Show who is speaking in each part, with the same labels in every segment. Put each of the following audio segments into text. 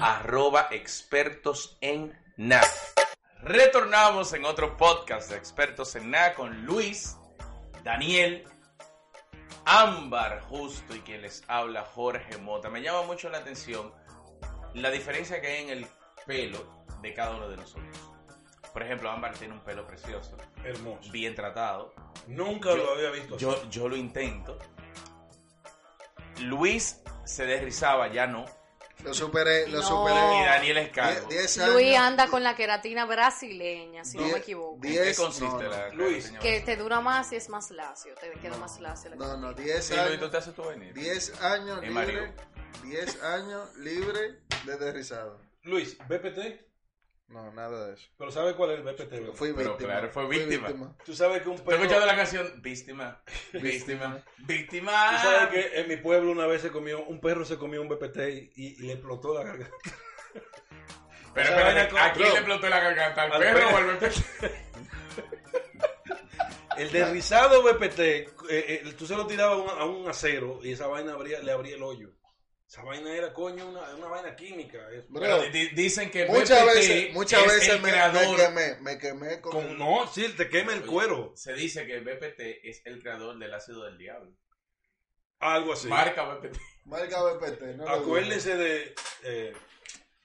Speaker 1: arroba expertos en nada. Retornamos en otro podcast de expertos en nada con Luis, Daniel, Ámbar Justo y quien les habla Jorge Mota. Me llama mucho la atención la diferencia que hay en el pelo de cada uno de nosotros. Por ejemplo, Ámbar tiene un pelo precioso,
Speaker 2: Hermoso.
Speaker 1: bien tratado.
Speaker 2: Nunca
Speaker 1: Yo-
Speaker 2: lo había visto. así.
Speaker 1: Yo, yo lo intento. Luis se desrizaba, ya no.
Speaker 3: Lo superé, lo
Speaker 4: No.
Speaker 1: Y
Speaker 3: superé.
Speaker 1: Daniel es calvo.
Speaker 3: Die- diez años.
Speaker 4: Luis anda con la queratina brasileña, si no
Speaker 3: Die-
Speaker 4: me equivoco.
Speaker 1: ¿En qué
Speaker 3: diez-
Speaker 1: consiste
Speaker 3: no, no.
Speaker 1: la
Speaker 2: Luis.
Speaker 1: señora?
Speaker 4: Que te dura más y es más lacio, te queda más lacio. la
Speaker 3: No, no,
Speaker 4: queratina.
Speaker 3: 10
Speaker 1: Sí, Luis, tú
Speaker 3: años.
Speaker 1: te haces tu venir.
Speaker 3: 10 años
Speaker 1: Y Mario.
Speaker 3: libre. 10 años libre de derrizado.
Speaker 2: Luis, BPT,
Speaker 3: No, nada de eso.
Speaker 2: pero ¿sabe cuál es el BPT? verdad?
Speaker 3: Fui
Speaker 1: Pero
Speaker 3: víctima.
Speaker 1: claro, fue
Speaker 3: fui
Speaker 1: víctima.
Speaker 2: Tú sabes que un
Speaker 1: ¿Tú has
Speaker 2: pelo.
Speaker 1: escuchado la canción Víctima? Víctima. Víctima.
Speaker 2: Tú sabes que en mi pueblo una vez se comió, un perro se comió un BPT y, y le explotó la garganta.
Speaker 1: Pero
Speaker 2: esa
Speaker 1: espérate,
Speaker 2: vaina con-
Speaker 1: ¿a quién
Speaker 2: no.
Speaker 1: le explotó la garganta? ¿Al
Speaker 2: Al
Speaker 1: perro
Speaker 2: perro.
Speaker 1: o al bebé?
Speaker 2: El derrizado BPT, eh, eh, tú se lo tirabas a un, a un acero y esa vaina abría- le abría el hoyo. Esa vaina era, coño, una, una vaina química. eso.
Speaker 3: Bro,
Speaker 1: Pero di- Dicen que
Speaker 3: Muchas
Speaker 1: BPT
Speaker 3: veces, muchas
Speaker 1: es
Speaker 3: veces
Speaker 1: el
Speaker 3: me, me
Speaker 1: creador.
Speaker 3: quemé, me quemé con,
Speaker 2: Como- no, sí, te quema el cuero.
Speaker 1: Se dice que BPT es el creador del ácido del diablo.
Speaker 2: Algo así.
Speaker 1: Marca BPT.
Speaker 3: marca BPT. No lo
Speaker 2: Acuérdense de. eh,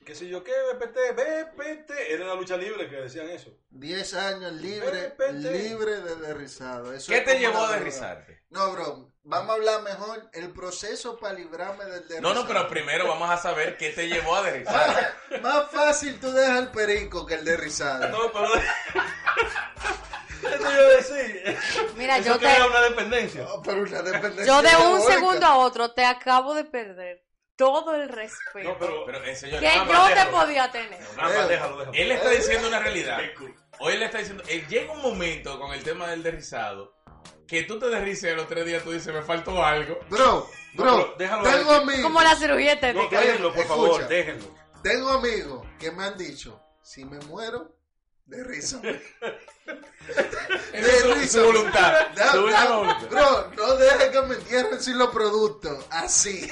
Speaker 2: ¿Qué sé yo qué? BPT, BPT. Era la lucha libre que decían eso.
Speaker 3: dudo. 10 años libre,
Speaker 2: BPT.
Speaker 3: libre de derrizado. Eso
Speaker 1: ¿Qué
Speaker 3: es
Speaker 1: te
Speaker 3: como
Speaker 1: llevó
Speaker 3: la
Speaker 1: a
Speaker 3: droga.
Speaker 1: derrizarte?
Speaker 3: No, bro, vamos a hablar mejor el proceso para librarme del derrizado.
Speaker 1: No, no, pero primero vamos a saber qué te llevó a derrizarte.
Speaker 3: Más fácil tú dejas el perico que el derrizado.
Speaker 2: No, pero. ¿Qué te iba a decir?
Speaker 4: Mira,
Speaker 2: Eso
Speaker 4: yo
Speaker 2: que
Speaker 4: te,
Speaker 2: era una dependencia.
Speaker 3: No, pero una dependencia
Speaker 4: yo de un
Speaker 3: diabólica.
Speaker 4: segundo a otro te acabo de perder todo el respeto
Speaker 2: No, pero.
Speaker 1: Pero el señor.
Speaker 4: que
Speaker 1: Ah,
Speaker 4: yo te
Speaker 1: déjalo.
Speaker 4: podía tener.
Speaker 2: Nada más, déjalo, déjalo.
Speaker 1: Él está diciendo una realidad. Hoy le está diciendo, eh, llega un momento con el tema del derrizado que tú te derrices y el otro día tú dices, me faltó algo.
Speaker 3: Bro, bro,
Speaker 2: No, pero déjalo
Speaker 3: tengo
Speaker 2: ahí.
Speaker 3: amigos.
Speaker 4: Como la cirugía
Speaker 2: No,
Speaker 4: estética.
Speaker 2: déjenlo, por favor,
Speaker 3: Escucha.
Speaker 2: déjenlo.
Speaker 3: Tengo amigos que me han dicho, si me muero, derrízame.
Speaker 1: Esa es su- su,
Speaker 3: Derrízame.
Speaker 1: voluntad.
Speaker 3: Da-
Speaker 1: Su última
Speaker 3: da-
Speaker 1: voluntad.
Speaker 3: bro, no dejes que me entierren sin los productos. Así.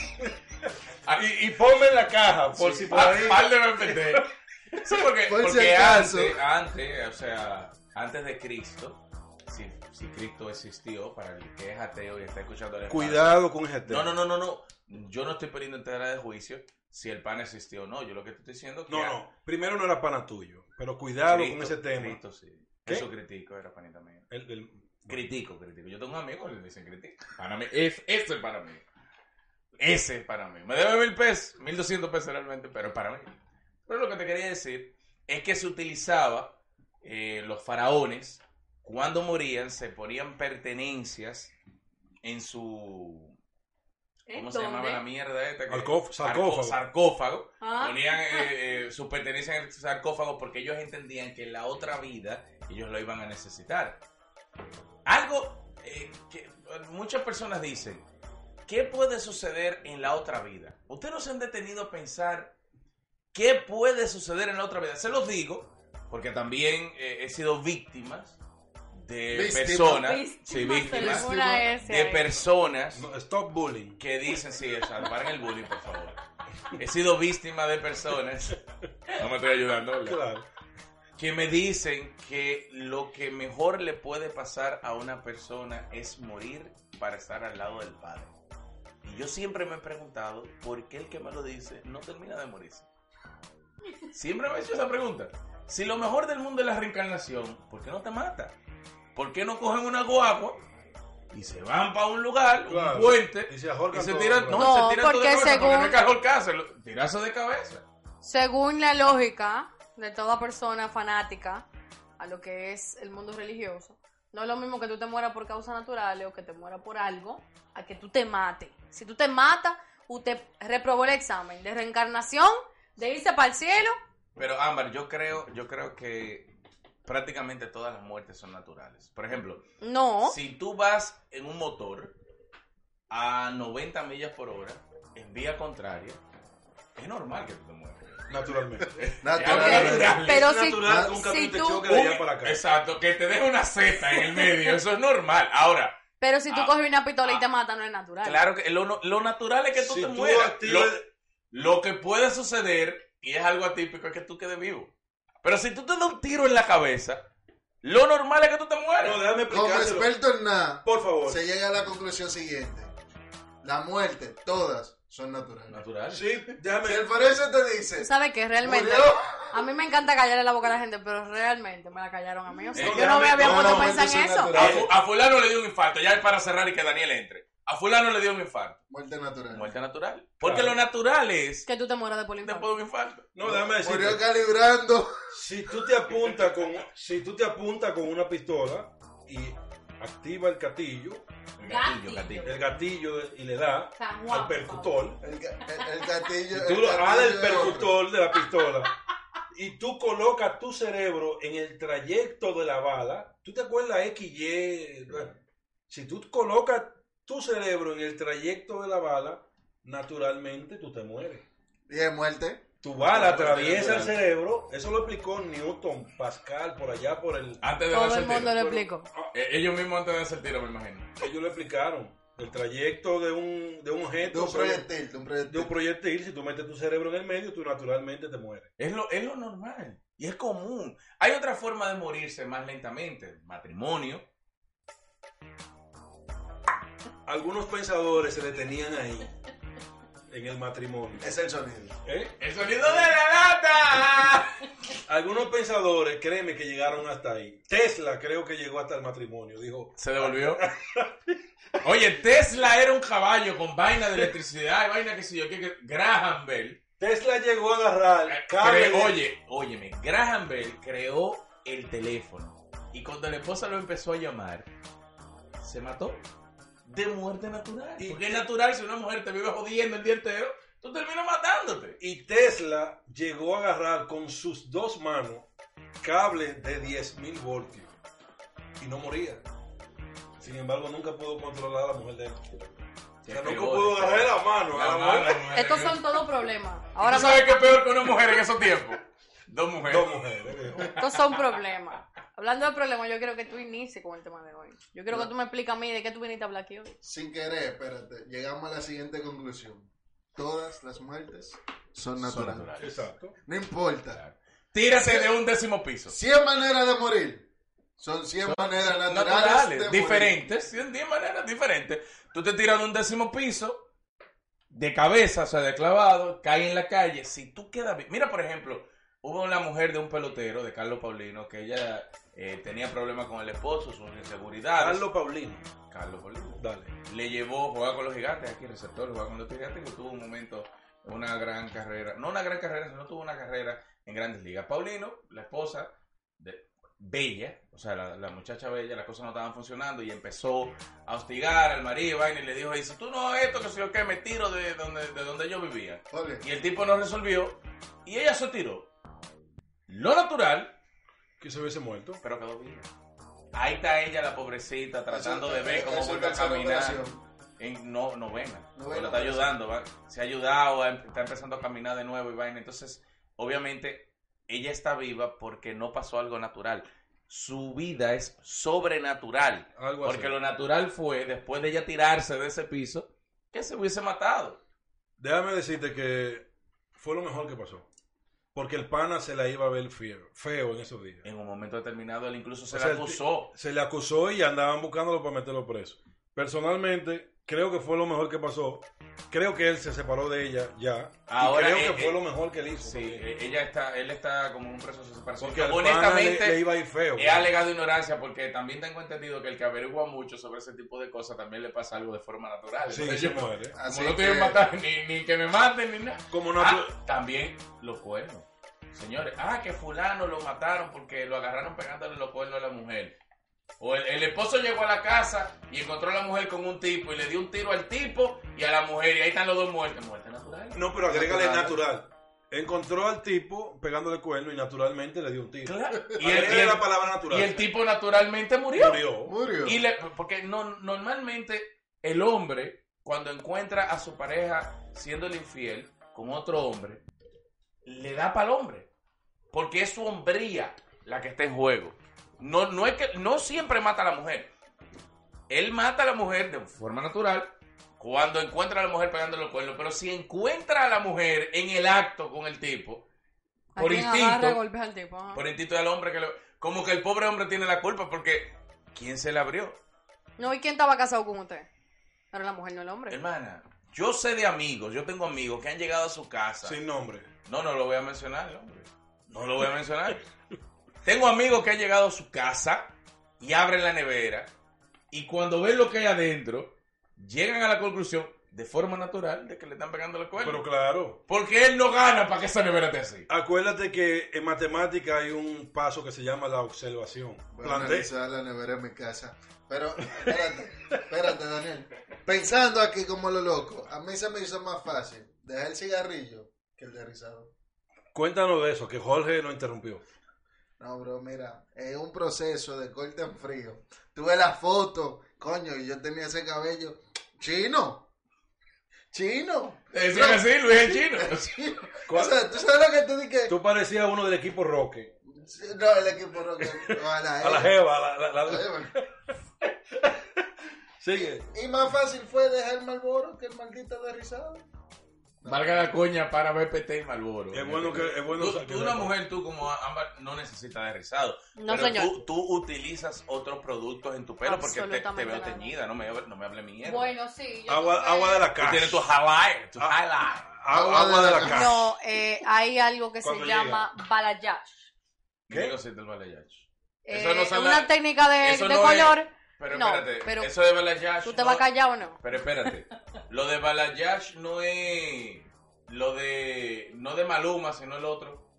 Speaker 1: Ah, y-
Speaker 2: Y, y ponme en la caja, por si por
Speaker 1: ah,
Speaker 2: ahí.
Speaker 1: par de BPT. Sí, porque,
Speaker 3: Por si
Speaker 1: porque
Speaker 3: acaso.
Speaker 1: antes, antes, o sea, antes de Cristo, si, si Cristo existió, para el que es ateo y está escuchando el
Speaker 2: Cuidado con ese tema.
Speaker 1: No, no, no, no, no. Yo no estoy poniendo en tela de juicio si el pan existió o no. Yo lo que te estoy diciendo es que
Speaker 2: No, no. Primero no era pana tuyo, pero cuidado con
Speaker 1: Cristo-
Speaker 2: ese tema.
Speaker 1: Cristo, sí.
Speaker 2: ¿Qué?
Speaker 1: Eso critico, era panita mía.
Speaker 2: El- el-
Speaker 1: Critico, critico. Yo tengo un amigo que le dicen critico. Para mí, es, ese es para mí. Ese es para mí. Me debe mil pesos, mil doscientos pesos realmente, pero es para mí. Pero lo que te quería decir es que se utilizaba eh, los faraones cuando morían, se ponían pertenencias en su.
Speaker 4: ¿En
Speaker 1: ¿Cómo se
Speaker 4: dónde?
Speaker 1: llamaba la mierda esta? que-
Speaker 2: Arcof- sarcófago.
Speaker 1: Arco- Sarcófago
Speaker 4: Ah.
Speaker 1: ponían eh, eh, sus pertenencias en el sarcófago porque ellos entendían que en la otra vida ellos lo iban a necesitar. Algo eh, que muchas personas dicen, ¿qué puede suceder en la otra vida? Ustedes no se han detenido a pensar qué puede suceder en la otra vida. Se los digo porque también eh, he sido víctimas de
Speaker 3: Víctima.
Speaker 1: personas, sí,
Speaker 4: Víctima,
Speaker 1: víctimas
Speaker 4: se le pone ese
Speaker 1: de
Speaker 4: ahí.
Speaker 1: personas
Speaker 2: no, stop bullying.
Speaker 1: que dicen, sí, o sea, paren el bullying, por favor. He sido víctima de personas. No me estoy ayudando, ¿verdad?
Speaker 2: Claro.
Speaker 1: Que me dicen que lo que mejor le puede pasar a una persona es morir para estar al lado del padre. Y yo siempre me he preguntado por qué el que me lo dice no termina de morirse. Siempre me he hecho esa pregunta. Si lo mejor del mundo es la reencarnación, ¿por qué no te mata? ¿Por qué no cogen una guagua y se van para un lugar,
Speaker 2: Claro.
Speaker 1: un puente,
Speaker 2: Y se ahorcan
Speaker 1: y se
Speaker 2: todos,
Speaker 1: tiran, no,
Speaker 2: bro.
Speaker 4: No,
Speaker 1: se tiran todo de
Speaker 4: porque
Speaker 1: cabeza, porque no
Speaker 4: según-
Speaker 1: es que Arnold Cáceres, lo- tirazo de cabeza.
Speaker 4: Según la lógica de toda persona fanática a lo que es el mundo religioso, no es lo mismo que tú te mueras por causas naturales o que te mueras por algo a que tú te mates. Si tú te matas, usted reprobó el examen de reencarnación, de irse para el cielo.
Speaker 1: Pero Ámbar, yo creo, yo creo que prácticamente todas las muertes son naturales. Por ejemplo,
Speaker 4: No.
Speaker 1: si tú vas en un motor a 90 millas por hora, en vía contraria, es normal que tú te mueras.
Speaker 2: Naturalmente.
Speaker 3: Natural.
Speaker 1: Natural.
Speaker 4: Pero
Speaker 2: es
Speaker 4: si-
Speaker 2: natural que
Speaker 4: si
Speaker 2: un camión te
Speaker 4: tú-
Speaker 2: choque de allá para acá.
Speaker 1: Exacto, que te deje una Z en el medio, eso es normal. Ahora,
Speaker 4: Pero si tú
Speaker 1: Ah,
Speaker 4: coges una pistola y
Speaker 1: ah,
Speaker 4: te mata, no es natural.
Speaker 1: claro que lo, no- lo natural es que tú
Speaker 2: Si
Speaker 1: te
Speaker 2: tú
Speaker 1: mueras.
Speaker 2: activas-
Speaker 1: Lo, lo que puede suceder, y es algo atípico, es que tú quedes vivo. Pero si tú te das un tiro en la cabeza, lo normal es que tú te mueras.
Speaker 2: No, déjame
Speaker 3: Como
Speaker 2: explicártelo.
Speaker 3: experto en nada,
Speaker 2: Por favor.
Speaker 3: se llega a la conclusión siguiente. La muerte, todas, son naturales.
Speaker 1: Natural.
Speaker 2: Sí, déjame.
Speaker 3: Si el forense te
Speaker 4: Tú
Speaker 3: dice,
Speaker 4: sabes que realmente.
Speaker 3: Murió.
Speaker 4: A mí me encanta callarle la boca a la gente, pero realmente me la callaron a mí. O sea,
Speaker 1: Eh,
Speaker 4: yo no
Speaker 2: déjame-
Speaker 4: me había
Speaker 3: no,
Speaker 4: puesto a
Speaker 3: no,
Speaker 4: pensar
Speaker 3: eso
Speaker 4: en
Speaker 3: es
Speaker 4: eso.
Speaker 3: natural.
Speaker 1: A, fu- a fulano le dio un infarto, ya es para cerrar y que Daniel entre. A fulano le dio un infarto.
Speaker 3: muerte natural.
Speaker 1: Muerte natural. Porque
Speaker 2: Claro.
Speaker 1: lo natural es que
Speaker 4: Que tú te mueras de polímpico.
Speaker 1: después de un infarto.
Speaker 2: No, déjame decirte.
Speaker 3: Murió calibrando.
Speaker 2: Si tú te apuntas con, si tú te apuntas con una pistola y activa el gatillo,
Speaker 4: Gatillo.
Speaker 2: el gatillo y le da
Speaker 4: San Juan,
Speaker 2: al percutor,
Speaker 3: El, ca- el, el gatillo.
Speaker 2: y
Speaker 3: el
Speaker 2: tú lo
Speaker 3: gatillo
Speaker 1: Ah,
Speaker 2: al el
Speaker 3: de otro.
Speaker 2: percutor de la pistola y tú colocas tu cerebro en el trayecto de la bala. ¿Tú te acuerdas XY? Si tú colocas tu cerebro en el trayecto de la bala, naturalmente tú te mueres.
Speaker 3: Y de muerte.
Speaker 2: Tu bala atraviesa el cerebro, eso lo explicó Newton, Pascal, por allá, por el...
Speaker 1: Antes de
Speaker 4: Todo
Speaker 1: darse
Speaker 4: el
Speaker 1: el tiro.
Speaker 4: mundo lo explico.
Speaker 1: Eh, ellos mismos antes de darse el tiro, me imagino.
Speaker 2: Ellos lo explicaron. El trayecto de un, de un
Speaker 3: De
Speaker 2: objeto,
Speaker 3: un proyectil, de un
Speaker 2: de un
Speaker 3: proyectil.
Speaker 2: proyectil, si tú metes tu cerebro en el medio, tú naturalmente te mueres.
Speaker 1: Es lo, es lo normal. Y es común. Hay otra forma de morirse más lentamente. Matrimonio.
Speaker 2: Algunos pensadores se detenían ahí, en el matrimonio.
Speaker 3: Es el sonido.
Speaker 2: ¿Eh?
Speaker 1: ¡El sonido de la lata!
Speaker 2: Algunos pensadores, créeme que llegaron hasta ahí. Tesla creo que llegó hasta el matrimonio, dijo.
Speaker 1: Se devolvió. Oye, Tesla era un caballo con vaina de electricidad y vaina que sé yo. qué, Que, Graham Bell.
Speaker 2: Tesla llegó a agarrar
Speaker 1: Cre-
Speaker 2: cable de-
Speaker 1: oye, óyeme, Graham Bell creó el teléfono y cuando la esposa lo empezó a llamar, se mató de muerte natural.
Speaker 2: Y-
Speaker 1: Porque es natural si una mujer te vive jodiendo el día entero, tú terminas matándote.
Speaker 2: Y Tesla llegó a agarrar con sus dos manos cables de 10.000 voltios y no moría. Sin embargo, nunca pudo controlar a la mujer de él. O sea, nunca pudo agarrar la mano a la mujer.
Speaker 4: Estos son todos problemas. Ahora
Speaker 1: Ahora
Speaker 4: mismo,
Speaker 1: sabes qué es peor que una mujer en esos tiempos. Dos mujeres.
Speaker 2: Dos mujeres. viejo.
Speaker 4: estos son problemas. Hablando de problemas, yo quiero que tú inicies con el tema de hoy. Yo quiero que tú me expliques a mí de qué tú viniste a hablar aquí hoy.
Speaker 3: Sin querer, espérate. Llegamos a la siguiente conclusión. Todas las muertes son naturales.
Speaker 1: naturales.
Speaker 2: Exacto.
Speaker 3: No importa.
Speaker 1: Tírase de un décimo piso.
Speaker 3: 100 maneras de morir. Son 100 maneras naturales. de
Speaker 1: naturales,
Speaker 3: este, morir.
Speaker 1: diferentes, de 10 maneras diferentes. Tú te tiras de un décimo piso, de cabeza, o sea, de clavado, caes en la calle. Si tú quedas bien. Mira, por ejemplo, hubo una mujer de un pelotero, de Carlos Paulino, que ella eh, tenía problemas con el esposo, sus inseguridades.
Speaker 2: Carlos Paulino.
Speaker 1: Carlos Paulino
Speaker 2: Dale.
Speaker 1: le llevó a jugar con los gigantes aquí, receptor, jugar con los gigantes, que tuvo un momento, una gran carrera, no una gran carrera, sino tuvo una carrera en grandes ligas. Paulino, la esposa, de, bella, o sea, la, la muchacha bella, las cosas no estaban funcionando y empezó a hostigar al marido, y vaina, y le dijo, dice, tú no esto, que sé yo qué, me tiro de donde, de donde yo vivía.
Speaker 3: Ole.
Speaker 1: Y el tipo no resolvió y ella se tiró. Lo natural
Speaker 2: Que se hubiese muerto.
Speaker 1: pero quedó viva. Ahí está ella, la pobrecita, tratando de ver cómo
Speaker 3: Eso
Speaker 1: vuelve a
Speaker 3: está en
Speaker 1: caminar.
Speaker 3: recuperación.
Speaker 1: En no, novena.
Speaker 3: Novena,
Speaker 1: Pero la está
Speaker 2: pues.
Speaker 3: parece.
Speaker 1: ayudando, va. se ha ayudado, ha- está empezando a caminar de nuevo y vaina. Entonces, obviamente, ella está viva porque no pasó algo natural. Su vida es sobrenatural.
Speaker 2: Algo así.
Speaker 1: Porque lo natural fue, después de ella tirarse de ese piso, que se hubiese matado.
Speaker 2: Déjame decirte que fue lo mejor que pasó. Porque el pana se la iba a ver feo, feo en esos días.
Speaker 1: En un momento determinado, él incluso se
Speaker 2: O
Speaker 1: la
Speaker 2: sea, el ti-
Speaker 1: acusó.
Speaker 2: se le acusó y andaban buscándolo para meterlo preso. Personalmente, creo que fue lo mejor que pasó. Creo que él se separó de ella ya.
Speaker 1: Ahora,
Speaker 2: y creo
Speaker 1: eh,
Speaker 2: que fue
Speaker 1: eh,
Speaker 2: lo mejor que él hizo.
Speaker 1: Sí,
Speaker 2: también.
Speaker 1: eh, ella está, él está como en un proceso de separación.
Speaker 2: porque al honestamente
Speaker 1: honestamente,
Speaker 2: le, iba a ir feo.
Speaker 1: He alegado ignorancia porque también tengo entendido que el que averigua mucho sobre ese tipo de cosas también le pasa algo de forma natural.
Speaker 2: Sí,
Speaker 1: Entonces
Speaker 2: se
Speaker 1: yo,
Speaker 2: muere.
Speaker 1: como
Speaker 3: Así
Speaker 1: no te
Speaker 3: que-
Speaker 1: voy a matar, ni, ni que me maten, ni nada.
Speaker 2: Como
Speaker 1: Ah,
Speaker 2: natu-
Speaker 1: también los cuernos. Señores, ah, que fulano lo mataron porque lo agarraron pegándole los cuernos a la mujer. O el, el esposo llegó a la casa y encontró a la mujer con un tipo y le dio un tiro al tipo y a la mujer y ahí están los dos muertos. Muerte natural.
Speaker 2: No, pero agrégale
Speaker 3: Natural.
Speaker 2: natural. Encontró al tipo pegándole cuerno y naturalmente le dio un tiro.
Speaker 1: Claro. Y el, y
Speaker 2: Agrégale
Speaker 1: el-
Speaker 2: la palabra natural.
Speaker 1: y el tipo naturalmente murió.
Speaker 2: murió.
Speaker 3: Murió.
Speaker 1: Y le- porque no, normalmente el hombre, cuando encuentra a su pareja siéndole infiel con otro hombre, le da para el hombre. Porque es su hombría la que está en juego. No, no, es que, no siempre mata a la mujer. Él mata a la mujer de forma natural cuando encuentra a la mujer pegándole el cuerno. Pero si encuentra a la mujer en el acto con el tipo,
Speaker 4: ¿A
Speaker 1: por
Speaker 4: quién agarra,
Speaker 1: instinto,
Speaker 4: golpea al tipo? ah? ajá.
Speaker 1: por instinto del hombre que lo- Como que el pobre hombre tiene la culpa porque ¿quién se la abrió?
Speaker 4: No, ¿y quién estaba casado con usted? Pero la mujer, no el hombre.
Speaker 1: Hermana, yo sé de amigos, yo tengo amigos que han llegado a su casa.
Speaker 2: Sin nombre.
Speaker 1: No, no lo voy a mencionar, hombre. No lo voy a mencionar. tengo amigos que han llegado a su casa y abren la nevera y cuando ven lo que hay adentro, llegan a la conclusión de forma natural de que le están pegando la cuerda.
Speaker 2: Pero claro.
Speaker 1: Porque él no gana para que esa nevera esté así.
Speaker 2: Acuérdate que en matemática hay un paso que se llama la observación.
Speaker 3: Voy a
Speaker 2: Plantea.
Speaker 3: analizar la nevera en mi casa. Pero, espérate, espérate, Daniel. Pensando aquí como lo loco, a mí se me hizo más fácil dejar el cigarrillo que el de rizado.
Speaker 2: Cuéntanos de eso, que Jorge nos interrumpió.
Speaker 3: No, bro, mira, es un proceso de corte en frío. Tuve la foto, coño, y yo tenía ese cabello chino. Chino.
Speaker 1: Te decían así, Luis el chino.
Speaker 3: Chino. O
Speaker 2: ¿Cuál?
Speaker 3: sea, tú sabes lo que te dije.
Speaker 2: Tú parecías uno del equipo Roque.
Speaker 3: No, el equipo rock. A la
Speaker 2: A la
Speaker 3: era.
Speaker 2: Jeva, a la, la- la- Sigue.
Speaker 3: Y más fácil fue dejar el Malboro que el maldito de rizado.
Speaker 1: Valga la coña para BPT y Malboro.
Speaker 2: Es bueno que. Es bueno
Speaker 1: Tú,
Speaker 2: que-
Speaker 1: tú, una mujer, tú como ámbar, no necesitas de rizado.
Speaker 4: No,
Speaker 1: pero
Speaker 4: señor.
Speaker 1: Tú, tú utilizas otros productos en tu pelo porque te, te
Speaker 4: Absolutamente
Speaker 1: veo
Speaker 4: nada.
Speaker 1: teñida, no me, no me hable mierda.
Speaker 4: Bueno, sí. yo
Speaker 2: Agua,
Speaker 4: tuve-
Speaker 2: agua de
Speaker 1: tú
Speaker 2: la casa.
Speaker 1: tienes tu highlight, tu
Speaker 2: Ah.
Speaker 1: highlight.
Speaker 2: Agua, agua de la casa.
Speaker 4: No, eh, hay algo que se
Speaker 2: Cuando
Speaker 4: llama balayash.
Speaker 2: ¿Qué?
Speaker 1: Yo no soy del balayage.
Speaker 4: Eh,
Speaker 1: Eso no
Speaker 4: es
Speaker 1: son
Speaker 4: una
Speaker 1: la-
Speaker 4: técnica de,
Speaker 1: eso
Speaker 4: de
Speaker 1: no
Speaker 4: color.
Speaker 1: es- Pero
Speaker 4: No,
Speaker 1: espérate,
Speaker 4: pero-
Speaker 1: eso de balayage.
Speaker 4: ¿Tú te
Speaker 1: no-
Speaker 4: vas a callar o no?
Speaker 1: Pero espérate, lo de balayage no es lo de no de Maluma, sino el otro.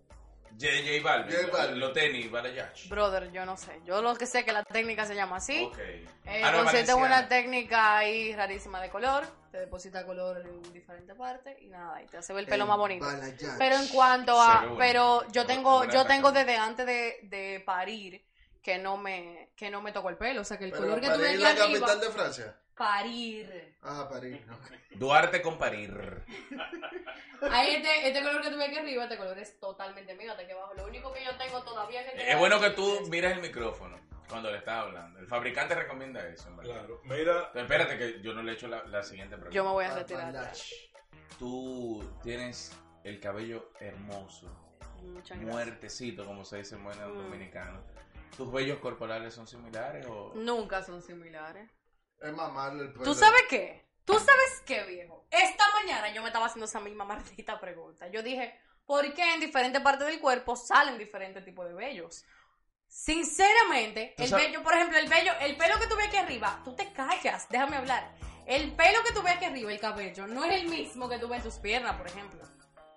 Speaker 1: J, J Balvin.
Speaker 3: J Balvin.
Speaker 1: Lo tenis, balayage.
Speaker 4: Brother, yo no sé. Yo lo que sé es que la técnica se llama así.
Speaker 1: Ok.
Speaker 4: Eh,
Speaker 1: Ah, no,
Speaker 4: consiste
Speaker 1: valenciana.
Speaker 4: en una técnica ahí rarísima de color. Te deposita color en diferentes partes y nada, y te hace ver el pelo más bonito.
Speaker 3: Balayage.
Speaker 4: Pero en cuanto
Speaker 1: Se
Speaker 4: a,
Speaker 1: ve bonito.
Speaker 4: pero yo
Speaker 1: Bu-
Speaker 4: tengo,
Speaker 1: buena
Speaker 4: yo tengo
Speaker 1: tacada.
Speaker 4: desde antes de, de parir que no me, que no me tocó el pelo, o sea que el
Speaker 3: Pero
Speaker 4: color que
Speaker 3: París
Speaker 4: tuve
Speaker 3: es
Speaker 4: aquí
Speaker 3: la
Speaker 4: arriba,
Speaker 3: capital de Francia.
Speaker 4: parir.
Speaker 3: Ah, París. no.
Speaker 1: Duarte con parir.
Speaker 4: Ahí este, este color que tuve aquí arriba, este color es totalmente mío, hasta aquí abajo. Lo único que yo tengo todavía que
Speaker 1: Es bueno que tú mires el micrófono cuando le estás hablando. El fabricante recomienda eso, en verdad.
Speaker 2: Claro. Mira,
Speaker 1: Entonces, espérate que yo no le he hecho la, la siguiente pregunta.
Speaker 4: Yo me voy a retirar.
Speaker 3: Balayage.
Speaker 1: Tú tienes el cabello hermoso,
Speaker 4: Muchas gracias.
Speaker 1: muertecito, como se dice en buen
Speaker 4: Mm.
Speaker 1: dominicano. ¿Tus vellos corporales son similares o...?
Speaker 4: Nunca son similares.
Speaker 3: Es mamarle el pelo.
Speaker 4: ¿Tú sabes qué? ¿Tú sabes qué, viejo? Esta mañana yo me estaba haciendo esa misma maldita pregunta. Yo dije, ¿por qué en diferentes partes del cuerpo salen diferentes tipos de vellos? Sinceramente,
Speaker 1: Tú
Speaker 4: el
Speaker 1: sabes-
Speaker 4: vello, por ejemplo, el vello, el pelo que tuve aquí arriba, tú te callas, déjame hablar. El pelo que tuve aquí arriba, el cabello, no es el mismo que tuve en tus piernas, por ejemplo.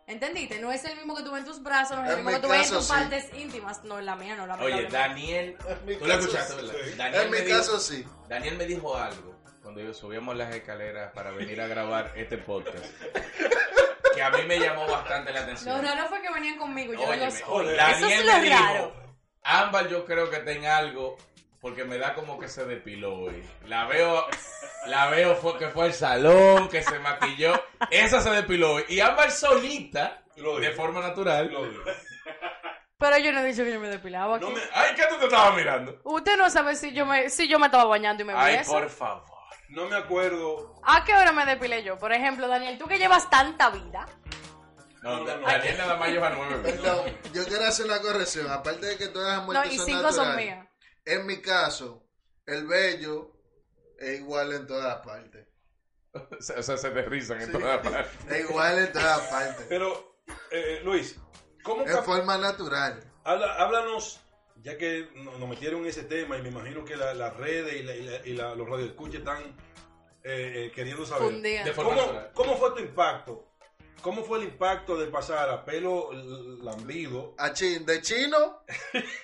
Speaker 4: ¿Entendiste? No es el mismo que tuve en tus brazos, no es el
Speaker 3: En
Speaker 4: mismo
Speaker 3: mi
Speaker 4: que tuve en
Speaker 3: caso,
Speaker 4: tus
Speaker 3: sí.
Speaker 4: partes íntimas, no en la mía, no en la mía.
Speaker 1: Oye, Daniel...
Speaker 3: En mi
Speaker 1: Tú lo
Speaker 3: caso
Speaker 1: escuchaste,
Speaker 3: sí.
Speaker 1: ¿verdad?
Speaker 2: sí.
Speaker 1: Daniel,
Speaker 3: En
Speaker 1: me
Speaker 3: mi
Speaker 1: dijo,
Speaker 3: caso sí.
Speaker 1: Daniel me dijo algo cuando yo subíamos las escaleras para venir a grabar este podcast. que a mí me llamó bastante la atención.
Speaker 4: Lo raro fue que venían conmigo, yo
Speaker 1: Óyeme,
Speaker 4: no los...
Speaker 2: oye,
Speaker 4: Eso
Speaker 1: Daniel
Speaker 4: es lo
Speaker 1: me dijo,
Speaker 4: raro.
Speaker 1: Ámbar yo creo que tenga algo porque me da como que se depiló hoy. La veo, la veo fue que fue al salón, que se maquilló. Esa se depiló hoy. Y Ámbar solita,
Speaker 2: Lo
Speaker 1: de
Speaker 2: digo.
Speaker 1: forma natural.
Speaker 2: lo digo.
Speaker 4: Pero yo no he dicho que yo me depilaba.
Speaker 2: No
Speaker 4: aquí.
Speaker 2: me-
Speaker 1: Ay, ¿qué tú te estabas mirando?
Speaker 4: Usted no sabe si yo me, si yo me estaba bañando y me vi
Speaker 1: Ay,
Speaker 4: eso.
Speaker 1: por favor.
Speaker 2: no me acuerdo.
Speaker 4: ¿A qué hora me depilé yo? Por ejemplo, Daniel, tú que llevas tanta vida.
Speaker 1: No,
Speaker 2: No, no, no.
Speaker 1: Daniel nada más lleva nueve.
Speaker 3: Perdón, yo quiero hacer una corrección. Aparte de que todas las
Speaker 4: No,
Speaker 3: muertes
Speaker 4: y
Speaker 3: son
Speaker 4: cinco son
Speaker 3: naturales,
Speaker 4: mías.
Speaker 3: En mi caso, el vello es igual en todas partes.
Speaker 1: O sea, o sea, se desrizan en todas partes.
Speaker 3: Es igual en todas partes.
Speaker 2: Pero, eh, Luis, ¿cómo
Speaker 3: En
Speaker 2: cap-
Speaker 3: forma natural.
Speaker 2: Habla- háblanos, ya que no- nos metieron en ese tema y me imagino que la- las redes y, la- y la- y la- los radioescuchas están eh, eh, queriendo saber.
Speaker 4: Fundida.
Speaker 1: De forma
Speaker 2: ¿Cómo,
Speaker 1: natural.
Speaker 2: cómo fue tu impacto? ¿Cómo fue el impacto de pasar a pelo l- lambido?
Speaker 3: A chin, de chino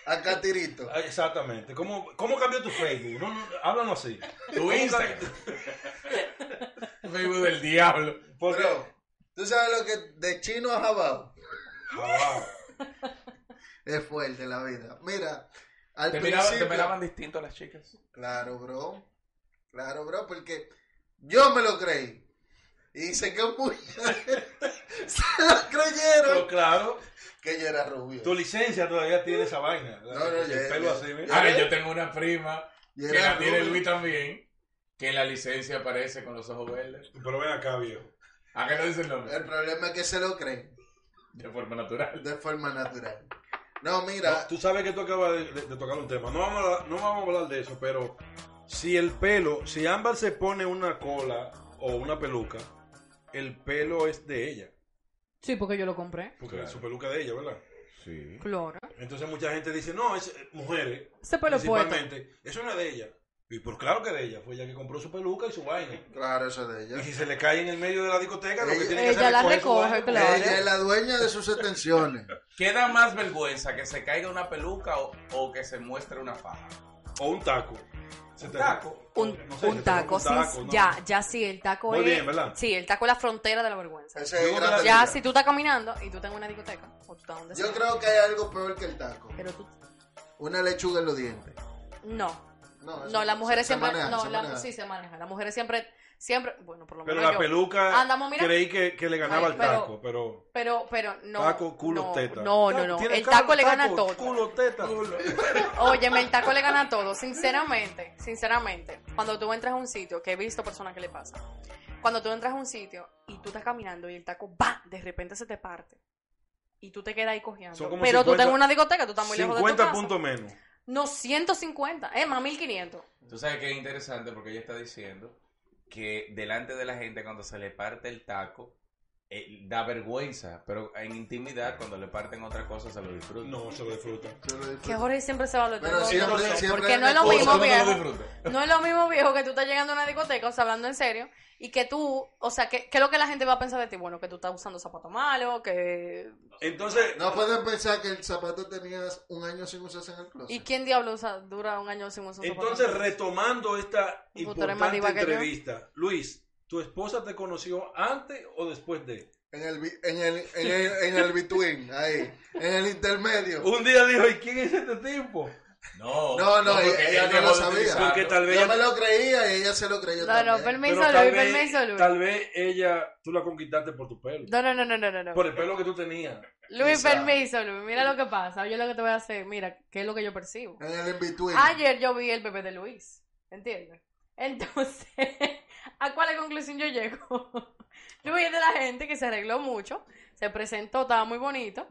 Speaker 3: a catirito.
Speaker 2: Ah, Exactamente. ¿Cómo, cómo cambió tu Facebook? No, no, háblanos así.
Speaker 1: Tu Instagram. Facebook del diablo.
Speaker 2: Porque,
Speaker 3: Bro, ¿tú sabes lo que de chino a jabao?
Speaker 2: Ah,
Speaker 3: Es fuerte la vida. Mira, al
Speaker 1: ¿Te miraban,
Speaker 3: principio...
Speaker 1: ¿Te miraban distinto a las chicas?
Speaker 3: Claro, bro. Claro, bro, porque yo me lo creí. Y sé que muchas se lo
Speaker 2: pero
Speaker 3: creyeron
Speaker 2: claro,
Speaker 3: que yo era rubio.
Speaker 2: tu licencia todavía tiene esa vaina.
Speaker 3: No, no,
Speaker 2: el
Speaker 3: ya-
Speaker 2: pelo
Speaker 3: ya-
Speaker 2: así, mira.
Speaker 3: ya-
Speaker 1: Ahora, yo tengo una prima
Speaker 3: Yo
Speaker 1: que
Speaker 3: ¿Eh? era
Speaker 1: la tiene
Speaker 3: rubio.
Speaker 1: Luis también, que en la licencia aparece con los ojos verdes.
Speaker 2: Pero ven acá, viejo.
Speaker 1: ¿A qué no dice el nombre?
Speaker 3: El problema es que se lo creen
Speaker 1: De forma natural.
Speaker 3: de forma natural.
Speaker 2: No,
Speaker 3: No, mira,
Speaker 2: tú sabes que tú acabas de, de- de tocar un tema. No vamos, a, hablar- no vamos a hablar de eso, pero si el pelo, si Ámbar se pone una cola o una peluca, el pelo es de ella.
Speaker 4: Sí, porque yo lo compré.
Speaker 2: Porque
Speaker 1: Claro.
Speaker 2: es su peluca de ella, ¿verdad?
Speaker 1: Sí.
Speaker 4: Claro.
Speaker 2: Entonces mucha gente dice, no, es eh, mujeres,
Speaker 4: Ese pelo es puerto.
Speaker 2: principalmente, eso no es de ella. Y pues claro que de ella, fue ella que compró su peluca y su vaina.
Speaker 3: claro, eso de ella.
Speaker 2: Y si se le cae en el medio de la discoteca, lo que
Speaker 3: Ella-
Speaker 2: tiene que hacer
Speaker 4: Ella
Speaker 2: es
Speaker 4: la
Speaker 2: coger su
Speaker 4: recoge,
Speaker 2: vaina.
Speaker 4: claro.
Speaker 3: Ella es la dueña de sus extensiones.
Speaker 1: ¿Qué da más vergüenza? ¿Que se caiga una peluca o, o que se muestre una faja?
Speaker 2: O un taco. Se
Speaker 1: ¿Un
Speaker 2: te-
Speaker 1: taco?
Speaker 4: Un,
Speaker 2: no sé,
Speaker 4: un
Speaker 2: se te
Speaker 4: taco,
Speaker 2: pone un
Speaker 4: sí,
Speaker 2: taco, ¿no?
Speaker 4: ya, ya sí, el taco
Speaker 2: Muy
Speaker 4: es...
Speaker 2: bien, ¿verdad?
Speaker 4: Sí, el taco es la frontera de la vergüenza.
Speaker 3: Esa es
Speaker 2: Yo
Speaker 3: gran
Speaker 2: creo-
Speaker 4: Ya,
Speaker 3: verdad.
Speaker 4: si tú estás caminando y tú estás en una discoteca, o tú estás donde
Speaker 3: Yo
Speaker 4: sea,
Speaker 3: creo que hay algo peor que el taco.
Speaker 4: pero tú...
Speaker 3: Una lechuga en los dientes.
Speaker 4: No,
Speaker 3: No, eso-
Speaker 4: no, las mujeres
Speaker 3: se
Speaker 4: siempre...
Speaker 3: maneja,
Speaker 4: no,
Speaker 3: se
Speaker 4: la-
Speaker 3: maneja.
Speaker 4: sí, se maneja. Las mujeres siempre, siempre... Bueno, por lo
Speaker 2: Pero
Speaker 4: menos
Speaker 2: la
Speaker 4: yo.
Speaker 2: peluca
Speaker 4: Andamos, mira.
Speaker 2: creí que, que le ganaba
Speaker 4: Ay,
Speaker 2: al
Speaker 4: pero-
Speaker 2: taco, pero...
Speaker 4: Pero, pero, no.
Speaker 2: taco, culo,
Speaker 4: no,
Speaker 2: teta.
Speaker 4: No, no, no.
Speaker 2: Tiene
Speaker 4: El
Speaker 2: cara de
Speaker 4: taco le gana a todo.
Speaker 2: Culo, teta.
Speaker 4: Óyeme, el taco le gana a todo, sinceramente, sinceramente. Cuando tú entras a un sitio, que he visto personas que le pasa, cuando tú entras a un sitio y tú estás caminando y el taco, ¡bam! De repente se te parte. Y tú te quedas ahí cojeando.
Speaker 2: Son como
Speaker 4: Pero tú
Speaker 2: 50
Speaker 4: estás en una discoteca, tú estás muy lejos de tu
Speaker 2: 50
Speaker 4: casa.
Speaker 2: puntos menos.
Speaker 4: No, 150. Es más, 1500.
Speaker 1: Tú sabes que es interesante porque ella está diciendo que delante de la gente cuando se le parte el taco eh, da vergüenza, pero en intimidad cuando le parten otra cosa se lo disfrutan.
Speaker 2: No, se lo disfruta.
Speaker 3: Yo lo disfruto.
Speaker 4: Que Jorge siempre se va a lo
Speaker 3: Pero
Speaker 4: tengo
Speaker 3: siempre-
Speaker 4: razón,
Speaker 3: siempre
Speaker 4: Porque
Speaker 3: hay
Speaker 4: no es lo
Speaker 3: una
Speaker 4: mismo,
Speaker 3: cosa,
Speaker 1: no lo
Speaker 4: viejo.
Speaker 1: disfrutan.
Speaker 4: No es lo mismo, viejo, que tú estás llegando a una discoteca, o sea, hablando en serio, y que tú, o sea, que, ¿qué es lo que la gente va a pensar de ti? Bueno, que tú estás usando zapatos malos, que...
Speaker 2: Entonces,
Speaker 3: No pueden pensar que el zapato tenías un año sin usarse en el closet.
Speaker 4: ¿Y quién diablo usa- dura un año sin usar zapatos
Speaker 2: entonces
Speaker 4: malos?
Speaker 2: retomando esta
Speaker 4: Tú eres más
Speaker 2: importante
Speaker 4: diva que yo.
Speaker 2: entrevista, Luis, ¿tu esposa te conoció antes o después de?
Speaker 3: En el, bi- en el, en el, en el between, ahí, en el intermedio.
Speaker 2: Un día dijo, ¿y quién es este tipo?
Speaker 1: No,
Speaker 3: No, no,
Speaker 1: porque
Speaker 3: ella- ella no
Speaker 1: dejó
Speaker 3: lo
Speaker 1: de
Speaker 3: sabía.
Speaker 1: utilizarlo.
Speaker 2: Porque tal vez
Speaker 3: Yo me
Speaker 2: ella,
Speaker 3: lo creía y ella se lo creyó
Speaker 4: No, no,
Speaker 3: también.
Speaker 4: permiso,
Speaker 2: pero tal
Speaker 4: Luis,
Speaker 2: vez-
Speaker 4: permiso, Luis.
Speaker 2: tal vez ella, tú la conquistaste por tu pelo.
Speaker 4: No, no, no, no, no, no, no.
Speaker 2: Por el pelo que tú tenías.
Speaker 4: Luis,
Speaker 3: Esa.
Speaker 4: permiso, Luis. Mira lo que pasa. Yo lo que te voy a hacer, mira, ¿qué es lo que yo percibo?
Speaker 3: En el in between.
Speaker 4: Ayer yo vi el bebé de Luis, ¿entiendes? Entonces, ¿a cuál conclusión yo llego? Luis es de la gente que se arregló mucho, se presentó, estaba muy bonito.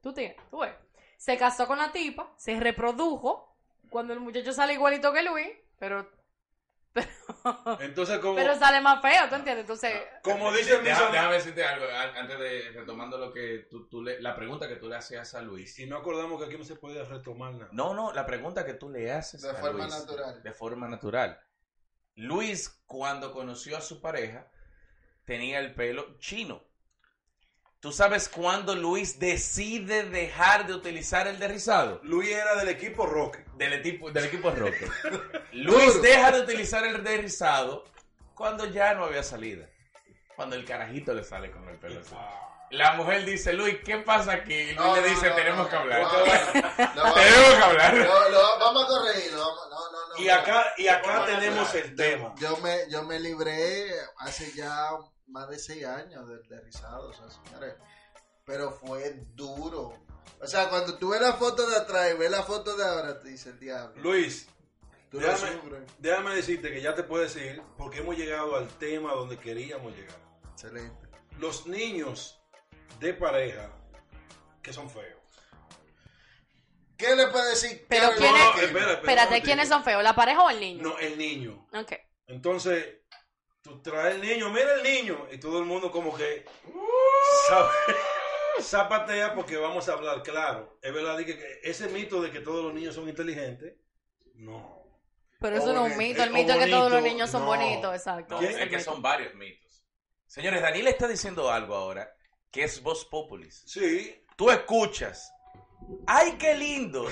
Speaker 4: Tú tienes, tú ves. Se casó con la tipa, se reprodujo. Cuando el muchacho sale igualito que Luis, pero,
Speaker 2: Entonces, como,
Speaker 4: Ah. pero sale más feo, ¿tú entiendes? Entonces,
Speaker 1: Ah,
Speaker 2: como dicen mis
Speaker 1: Deja-
Speaker 2: amigos,
Speaker 1: déjame decirte algo a- antes de retomando lo que tú, tú le, la pregunta que tú le hacías a Luis.
Speaker 2: y no acordamos que aquí no se podía retomar nada.
Speaker 1: No, no, la pregunta que tú le haces
Speaker 3: De
Speaker 1: a
Speaker 3: forma
Speaker 1: Luis,
Speaker 3: natural.
Speaker 1: De forma natural. Luis, cuando conoció a su pareja, tenía el pelo chino. ¿Tú sabes cuándo Luis decide dejar de utilizar el derrizado?
Speaker 2: Luis era del equipo Roque.
Speaker 1: Del equipo, del equipo Roque. Luis deja de utilizar el derrizado cuando ya no había salida. Cuando el carajito le sale con el pelo así. La mujer dice, Luis, ¿qué pasa aquí? Y Luis
Speaker 3: No,
Speaker 1: le
Speaker 3: no,
Speaker 1: dice,
Speaker 3: no,
Speaker 1: tenemos
Speaker 3: no,
Speaker 1: que hablar.
Speaker 3: no, no, no,
Speaker 1: tenemos que hablar.
Speaker 3: no, lo- vamos a corregirlo. vamos- No, no, no.
Speaker 2: Y acá, y acá
Speaker 3: Vamos a
Speaker 2: tenemos
Speaker 3: hablar.
Speaker 2: el tema.
Speaker 3: Yo me, yo me libré hace ya más de seis años de, de rizados, o sea, señores. Pero fue duro. O sea, cuando tú ves la foto de atrás y ves la foto de ahora, te dice el diablo.
Speaker 2: Luis,
Speaker 3: Tú lo
Speaker 2: Déjame-
Speaker 3: sufres.
Speaker 2: Déjame decirte que ya te puedes ir porque hemos llegado al tema donde queríamos llegar.
Speaker 3: Excelente.
Speaker 2: Los niños de pareja que son feos.
Speaker 3: ¿Qué le puede decir?
Speaker 4: Pero
Speaker 3: Carol
Speaker 4: ¿quién es-
Speaker 3: Martin?
Speaker 2: espera,
Speaker 4: espérate, ¿quiénes son feos? ¿La pareja o el niño?
Speaker 2: No, el niño.
Speaker 4: Ok.
Speaker 2: Entonces, tú traes el niño, mira el niño, y todo el mundo como que
Speaker 4: Uh.
Speaker 2: sabe- zapatea porque vamos a hablar claro. Es verdad di que- que ese mito de que todos los niños son inteligentes, no.
Speaker 4: Pero eso no es un
Speaker 3: Bonito,
Speaker 4: mito. El
Speaker 2: o
Speaker 4: mito es que todos los
Speaker 2: bonito,
Speaker 4: niños son
Speaker 2: no.
Speaker 4: bonitos, exacto.
Speaker 1: No,
Speaker 2: ¿Quién?
Speaker 4: Ese
Speaker 1: es que
Speaker 4: mito.
Speaker 1: son varios mitos. Señores, Daniel está diciendo algo ahora que es Voz Populis.
Speaker 2: Sí,
Speaker 1: Tú escuchas, ¡ay, qué lindo!